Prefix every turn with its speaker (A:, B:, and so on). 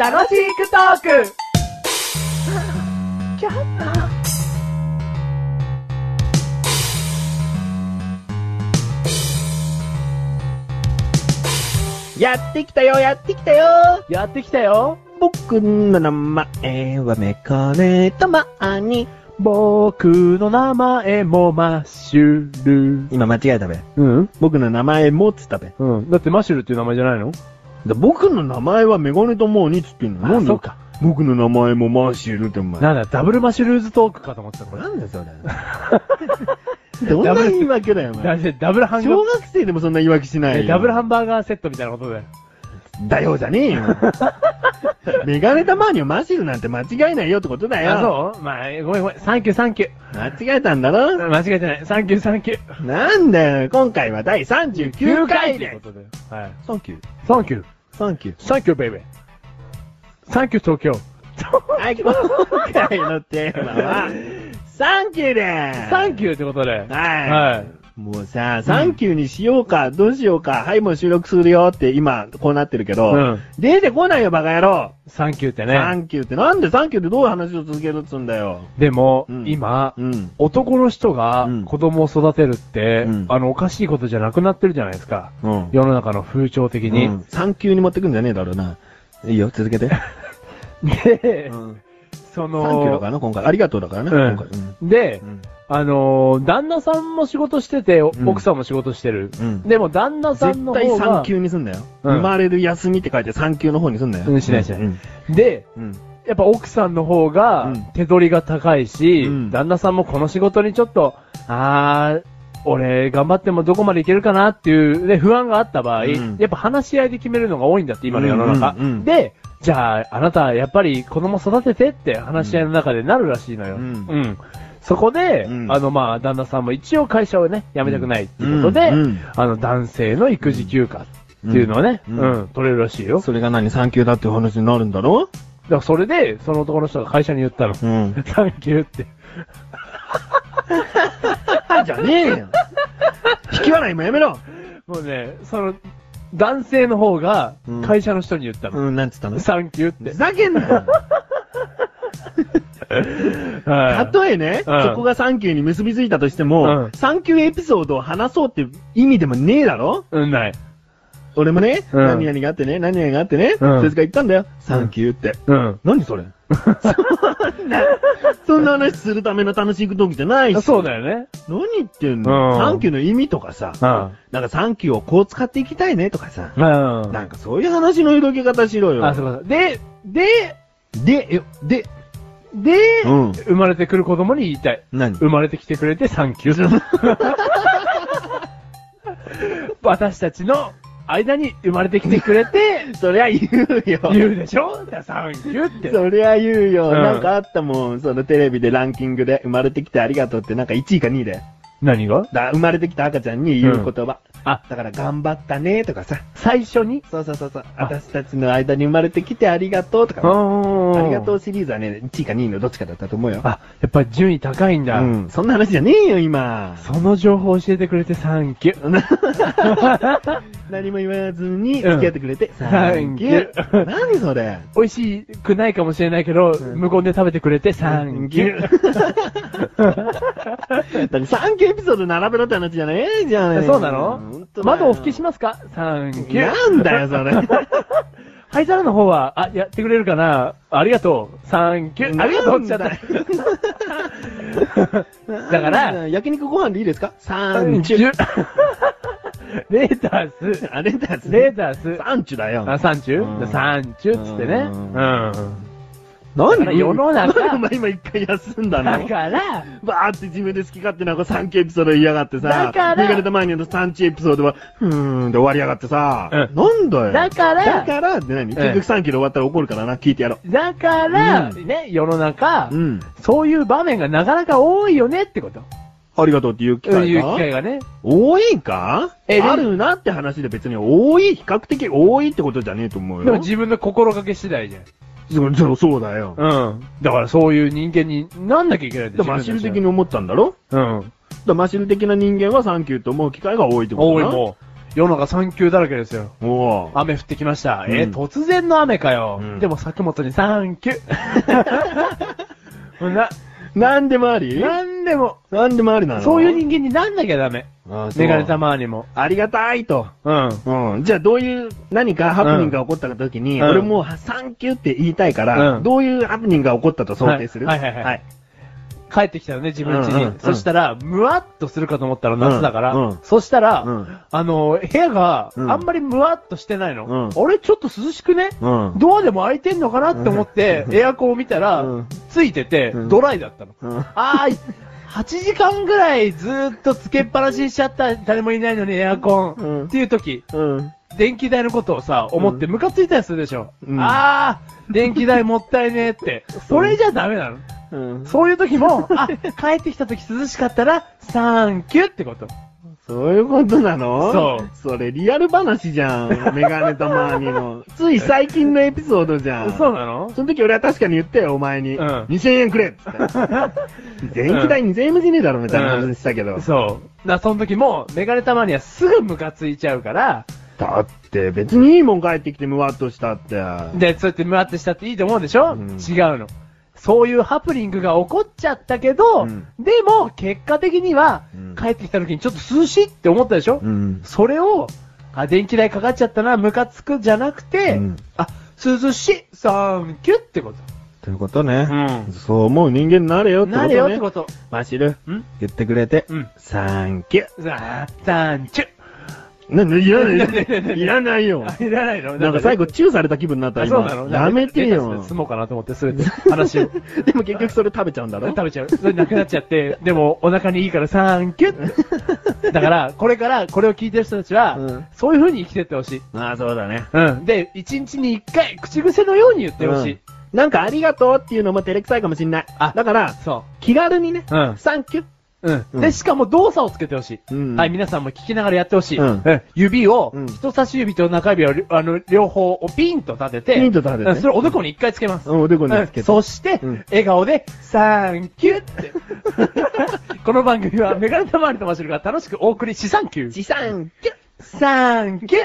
A: 楽しくトーク
B: やってきたよ、やってきたよ。
C: やってきたよ。
B: 僕の名前はメカネとマーニ。
C: 僕の名前もマッシュル。
B: 今間違えたべ。
C: うん
B: 僕の名前もっつったべ。
C: うん。だってマッシュルっていう名前じゃないの
B: だ僕の名前はメガネとマーニっつってんの。
C: あ
B: なんだ
C: そうか。
B: 僕の名前もマーシュルってお前。
C: なんだ、ダブルマッシュルーズトークかと思ってた、これ。
B: なんだよそれ。 どんな言い訳だよ、お
C: だ
B: 前。
C: ってダブルハン
B: 小
C: バ
B: 学生でもそんな言い訳しない
C: ー
B: よ。
C: ダブルハンバーガーセットみたいなことだよ。
B: だよじゃ ねえよ。メガネたまにはマシルなんて間違いないよってことだ
C: あ、
B: よ。
C: そうまあ、ごめんごめん。サンキューサンキュ
B: 間違えたんだろ
C: ー。間違えてない。サンキューサンキュー。
B: なんだよ、今回は第39回
C: って
B: で
C: ことだよ。はい。
B: す。サンキュー。
C: サンキュー。
B: サンキュー。
C: サンキューベイベー。サンキュー東京。
B: はい、今回のテーマは、サンキューでーす
C: サンキューってことで。
B: はい。
C: はい。
B: もうさ、サンキューにしようか、どうしようか、はい、もう収録するよって今、こうなってるけど、
C: うん
B: 出てこないよ、バカ野郎、
C: サンキューって
B: サ
C: ね。
B: ンキューって、なんでサンキューってどういう話を続けるっつうんだよ。
C: でも
B: うん、
C: 今、
B: うん。
C: 男の人が
B: うん
C: 子供を育てるって、
B: うん
C: あの、おかしいことじゃなくなってるじゃないですか。
B: うん。
C: 世の中の風潮的に。
B: うんサンキューに持ってくんじゃねえだろうな。いいよ、続けて。
C: で、
B: うん
C: そ
B: サンキューだか
C: の、
B: らな、今回。ありがとうだからね、
C: うん
B: 今回。うん
C: で、
B: うん
C: あのー旦那さんも仕事してて、お
B: うん
C: 奥さんも仕事してる。
B: うん
C: でも、旦那さんの
B: 絶対
C: 方
B: 産
C: が、
B: 休にすんだよ。
C: うん
B: 生まれる休みって書いて産休の方にすんだよ。
C: うんしないしない
B: うん
C: で、
B: うん
C: やっぱ奥さんの方
B: う
C: が
B: ん
C: 手取りが高いし、
B: うん
C: 旦那さんもこの仕事にちょっと、あー、俺頑張ってもどこまでいけるかなっていう、ね、不安があった場合、
B: うん
C: やっぱ話し合いで決めるのが多いんだって、今の世の中。
B: うんうんうん
C: で、じゃあ、あなたやっぱり子供育ててって話し合いの中でなるらしいのよ。
B: う
C: うんん。そこで、
B: うん
C: あの、まあ、旦那さんも一応会社をね、辞めたくないっていうことで、
B: うんうん
C: あの、男性の育児休暇っていうのをね、
B: う
C: うんん、
B: うん
C: 取れるらしいよ。
B: それが何、産休だっていう話になるんだろ
C: だからそれで、その男の人が会社に言った
B: う
C: の。
B: ん。
C: サンキューって。
B: じゃねえよ。引き笑いもやめろ。
C: もうね、その、男性の方が
B: うん、
C: 会社の人に言ったの。
B: うん、なんつったのふ
C: サンキューって。
B: ざけんなよ。たとえね、
C: うん
B: そこが産休に結びついたとしても
C: う、ん
B: 産休エピソードを話そうって意味でもねえだろ
C: うん、ない。
B: 俺もね、
C: うん
B: 何々があってね、何々があってね、
C: うん
B: そいつが言ったんだよ。産休って。
C: うん。
B: 何 それそんな、そんな話するための楽しい時じゃないし。
C: そうだよね。
B: 何言ってんの、
C: うん
B: サンキューの意味とかさ、
C: うん
B: なんかサンキューをこう使っていきたいねとかさ、
C: うん。
B: なんかそういう話の色気方しろよ。
C: あ、そうか。で、で、
B: で、え、で、
C: で、
B: うん
C: 生まれてくる子供に言いたい。
B: 何
C: 生まれてきてくれてサンキュー。 私たちの間に生まれてきてくれて、
B: そりゃ言うよ。
C: 言うでしょだからサンキューって。
B: そりゃ言うよ、
C: うん
B: なんかあったもん。そのテレビでランキングで生まれてきてありがとうってなんか1位か2位で。
C: 何が
B: だ生まれてきた赤ちゃんに言う言葉。
C: あ、
B: だから頑張ったねとかさ。
C: 最初に
B: そうそうそうそう。
C: あ
B: 私たちの間に生まれてきてありがとうとか。あ
C: あ
B: りがとうシリーズはね、1位か2位のどっちかだったと思うよ。
C: あ、やっぱり順位高いんだ。
B: うん。そんな話じゃねえよ、今。
C: その情報教えてくれてサンキュー。
B: 何も言わずに
C: うん
B: 付き合ってくれて、サ
C: サ
B: ン
C: ン
B: キ
C: キ
B: ュ
C: ュー
B: ー。何それ
C: 美味しくないかもしれないけど、
B: ん
C: 無言で食べてくれてサンキュー。
B: だってサンキューエピソード並べろって話じゃねえじゃねえ。
C: そうなの
B: 本当だよ
C: 窓を拭きしますかサンキュー。
B: なんだよ、それ。
C: 灰皿の方は、あ、やってくれるかなありがとう。サンキュー。ありがとう。じゃない。だから、
B: 焼肉ご飯でいいですかサ
C: サ
B: ン
C: ン
B: チ
C: キ
B: ュ
C: ュー。レタス。
B: あれだつ
C: レタス。
B: サンチュだよ。
C: あ、サンチュ
B: うん
C: ーサンチューっつってね。
B: うん
C: うん。だから
B: 何
C: 世の 中
B: 何お前今一回休んだ
C: だ
B: の
C: から、
B: バーって自分で好き勝手なんかサンキューエピソード言いやがってさ。
C: だから
B: 逃げれた前にのサンチューエピソードは、ふーんで終わりやがってさ。
C: うん
B: なんだよ。
C: だから
B: だからって何
C: ん
B: 結局サンキューで終わったら怒るからな、聞いてやろ
C: だから、
B: う
C: ね、世の中、
B: う。うん。
C: そういう場面がなかなか多いよねってこと。
B: ありがとうっていう機
C: そう
B: 会
C: いう
B: が
C: 機会がね。
B: 多いか
C: えで
B: あるなって話で別に多い、比較的多いってことじゃねえと思う
C: でも
B: よ。
C: 自分の心がけ次第じゃん。
B: そうそうそうだよ。
C: うん。だからそういう人間になんなきゃいけないんだ
B: でもマシル的に。思ったんだろ
C: う
B: だ
C: ん。
B: からマシル的な人間はサンキューと思う機会が多いってこと
C: 多い
B: だな。
C: も世の中3級だらけですよ。
B: おぉ。
C: 雨降ってきました。
B: うん
C: えー、突然の雨かよ。
B: うん
C: でも作物にサン キュー。な、
B: なんでもあり
C: なんでも、
B: なんでもありなの
C: そういう人間になんなきゃダメ。
B: あそう
C: メガネたまにも。
B: ありがたいと。
C: うん。
B: うん。じゃあどういう、何かハプニングが起こった時に、
C: うん
B: 俺もうサンキューって言いたいから、
C: うん
B: どういうハプニングが起こったと想定する
C: はいはいはいはい帰ってきたよね、自分家に。
B: うんうんうん
C: そしたら、ムワっとするかと思ったら夏だから。
B: うんうん
C: そしたら、
B: うん
C: あの、部屋が
B: うん
C: あんまりムワっとしてないの。
B: うん
C: あれ、ちょっと涼しくね、
B: うん。
C: ドアでも開いてんのかなって思って、エアコンを見たら、
B: うん
C: ついてて、
B: うん
C: ドライだったの。
B: うん
C: あー、8時間ぐらいずーっとつけっぱなしにしちゃった、誰もいないのにエアコン。
B: うん
C: っていう時、
B: うん。
C: 電気代のことをさ、思ってムカついたりするでしょ。
B: うん
C: あー、電気代もったいね ーって。それじゃダメなの。
B: うん。
C: そういう 時も、あ、帰ってきた時涼しかったら、サンキューってこと。
B: そういうことなの
C: そう。
B: それリアル話じゃ ん。メガネたまにの。つい最近のエピソードじゃん。
C: そうなの
B: その時俺は確かに言ったよ、お前に。
C: うん
B: 2000円くれっつって。電気代2000円もしねえだろ、みたいな話したけど。
C: そう。だ、その時も、メガネたまにはすぐムカついちゃうから、
B: だって、別にいいもん帰ってきてムワっとしたって。
C: で、そうやってムワってしたっていいと思うでしょ、
B: うん
C: 違うの。そういうハプニングが起こっちゃったけど、
B: うん
C: でも、結果的には
B: うん、
C: 帰ってきた時にちょっと涼しいって思ったでしょ、
B: うん。
C: それを、あ、電気代かかっちゃったな、ムカつくじゃなくて、
B: うん
C: あ、涼しい、サンキューってこと。
B: ということね。
C: うん
B: そう思う人間になれよってこと
C: な
B: ね。
C: れよってこと。
B: マシル、
C: ん
B: 言ってくれて。
C: うん
B: サンキュー。
C: さあ、サンキュー。
B: な、ないらない
C: ね ねねね
B: いらないよ。
C: あいらないの
B: なんか最後、チューされた気分になった
C: あ
B: ら
C: そうなの
B: 今。やめてよ。
C: 済もうかなと思って、それで話を。
B: でも結局それ食べちゃうんだろ
C: 食べちゃう。それなくなっちゃって、でもお腹にいいからサンキ ュッだから、これからこれを聞いてる人たちは、
B: うん
C: そういう風に生きてってほしい。
B: ああ、そうだね。
C: うん。で、一日に一回、口癖のように言ってほしい。
B: うんなんかありがとうっていうのも照れくさいかもしんない。
C: あ
B: だから、
C: そ
B: 気軽にね、
C: う。うん。
B: サンキュ
C: うん。
B: うん
C: で、しかも動作をつけてほしい。
B: うん
C: はい、皆さんも聞きながらやってほしい。
B: うん
C: 指を
B: うん、
C: 人差し指と中指をり、あの、両方をピンと立てて、
B: ピンと立てて
C: うんそれをおでこに一回つけます。
B: うんおでこにつけて
C: うんそして、
B: うん
C: 笑顔で、サンキューって。 この番組は、メガネタマリとマシュルが楽しくお送りしサンキュー。
B: サンキュ
C: サンキュー